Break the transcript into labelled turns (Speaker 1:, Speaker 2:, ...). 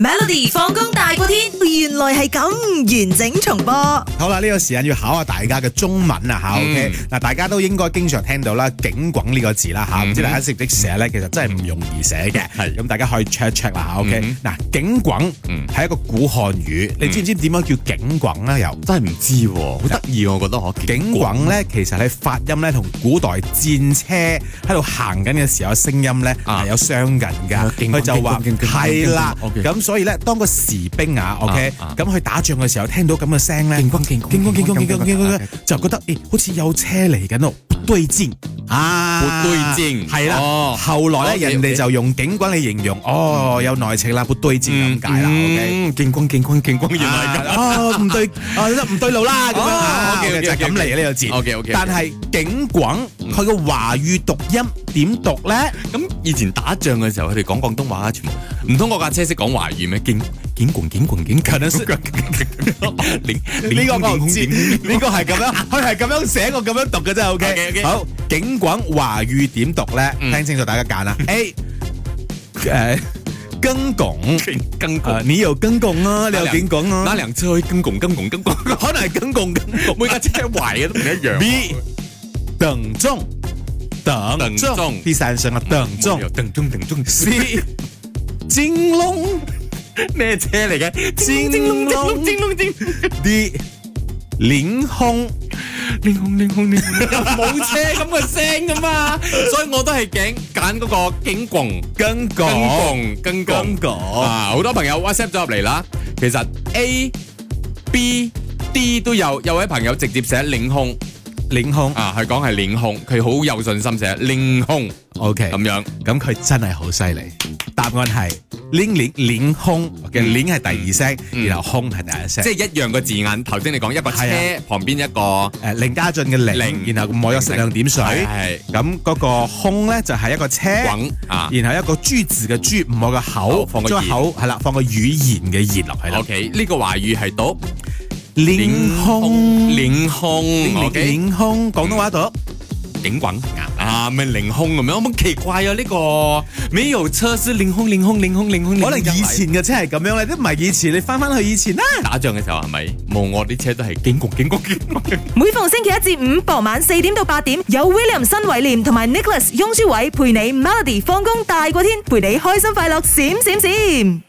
Speaker 1: Melody 放工大過天，原來係咁完整重播。
Speaker 2: 好啦，呢、個時間要考下大家嘅中文啊吓
Speaker 3: 嗯
Speaker 2: ，OK？嗱、大家都應該經常聽到啦，警滾呢個字啦吓，唔、知大家識唔識寫咧？其實真係唔容易寫嘅，
Speaker 3: 係
Speaker 2: 咁大家可以 check check 啦吓，OK？
Speaker 3: 嗯
Speaker 2: 嗱、警滾
Speaker 3: 嗯
Speaker 2: 係一個古漢語，你知唔知點樣叫警滾咧？又
Speaker 3: 真係唔知喎，好得意喎我覺得嗬。
Speaker 2: 警滾咧，其實係發音咧同古代戰車喺度行緊嘅時候嘅聲音咧
Speaker 3: 啊
Speaker 2: 係有相近㗎。
Speaker 3: 啊警滾
Speaker 2: 佢就話
Speaker 3: 警滾警滾
Speaker 2: 係啦
Speaker 3: 警滾，
Speaker 2: 咁
Speaker 3: ，OK
Speaker 2: 所以咧，當個士兵啊，OK，
Speaker 3: 啊啊
Speaker 2: 咁去打仗嘅時候聽到咁嘅聲咧。
Speaker 3: 棍勁
Speaker 2: 警官警官警官警官
Speaker 3: 棍
Speaker 2: 就覺得誒好似有車嚟緊咯，不對戰啊，
Speaker 3: 不對勁
Speaker 2: 係啦。
Speaker 3: 哦
Speaker 2: 後來咧，
Speaker 3: OK，OK
Speaker 2: 人哋就用警棍嚟形容，哦，有內情啦，不對戰咁解啦，OK。
Speaker 3: 嗯，勁棍勁棍勁棍，原來係
Speaker 2: 啊哦，唔對，啊唔對路啦，咁樣
Speaker 3: 哦
Speaker 2: 啊
Speaker 3: OK，OK，
Speaker 2: 就係咁
Speaker 3: OK，OK，
Speaker 2: 嚟呢個字。
Speaker 3: OK，OK，OK
Speaker 2: 但係警棍佢嘅華語讀音點讀咧？
Speaker 3: 咁。咁以前打仗嘅時候，佢哋講廣東話全部，唔通我架車識講華語咩？警警棍警棍警棍，
Speaker 2: 是
Speaker 3: 零
Speaker 2: 呢個我唔知，
Speaker 3: 零零
Speaker 2: 呢個係咁樣，佢係咁樣寫，我咁樣讀嘅啫。OK，Ừ.
Speaker 3: OK，OK
Speaker 2: 好，警滾華語點讀咧？
Speaker 3: 嗯
Speaker 2: 聽清楚，大家揀啦。A，誒，更拱，
Speaker 3: 更
Speaker 2: 誒
Speaker 3: 拱。
Speaker 2: 你有更拱啊，你有警滾
Speaker 3: 那
Speaker 2: 啊。
Speaker 3: 輛車可以更拱更拱更拱，可能係更拱更拱，每架車壞嘅都唔一樣。
Speaker 2: B，等中，等
Speaker 3: 等
Speaker 2: 中
Speaker 3: 中，
Speaker 2: 第三聲啊，等中。
Speaker 3: 噔中噔中
Speaker 2: C，金龍
Speaker 3: 咩車嚟嘅？
Speaker 2: 金龍
Speaker 3: 精龍精，
Speaker 2: D，凌空。
Speaker 3: 拎空拎空拎空，冇車咁嘅聲噶嘛， 所以我都係頸揀嗰個警棍。
Speaker 2: 更
Speaker 3: 更
Speaker 2: 拱，
Speaker 3: 共
Speaker 2: 更
Speaker 3: 更共
Speaker 2: 拱，
Speaker 3: 啊！好多朋友 WhatsApp 咗入嚟啦。其實 A、B、D 都有，有位朋友直接寫領控
Speaker 2: 凌空。
Speaker 3: 啊，佢講係領控，佢好有信心寫領控
Speaker 2: OK，
Speaker 3: 咁樣。
Speaker 2: 咁佢真係好犀利。答案係拎鏈鏈空嘅鏈係第二聲，
Speaker 3: 嗯
Speaker 2: 然後空係第一聲。
Speaker 3: 即
Speaker 2: 即
Speaker 3: 係一樣嘅字眼，頭先你講一個車
Speaker 2: 係
Speaker 3: 旁邊一個
Speaker 2: 誒凌家俊嘅凌，
Speaker 3: 零
Speaker 2: 然後摸咗兩點水。
Speaker 3: 係
Speaker 2: 咁嗰個空咧就係一個車，
Speaker 3: 滾啊
Speaker 2: 然後一個豬字嘅豬，唔我個口
Speaker 3: 口，放個
Speaker 2: 將
Speaker 3: 言
Speaker 2: 口係啦，放個語言嘅言落去啦。
Speaker 3: ！OK，呢個華語係讀
Speaker 2: 鏈空，
Speaker 3: 領控
Speaker 2: 鏈
Speaker 3: ，OK，嗯
Speaker 2: 鏈空，廣東話讀
Speaker 3: 領滾啊，咪領控咁樣，好奇怪啊！呢個沒有車是領控，領控，領控，領控，
Speaker 2: 可能以前嘅車係咁樣咧，都唔係以前，你翻翻去以前啦。
Speaker 3: 打仗嘅時候係咪？冇我啲車都係警局警局警局。
Speaker 1: 每逢星期一至五傍晚四點到八點，有 William 新偉廉同埋 Nicholas 雍舒偉陪你 Melody 放工大過天，陪你開心快樂閃閃閃。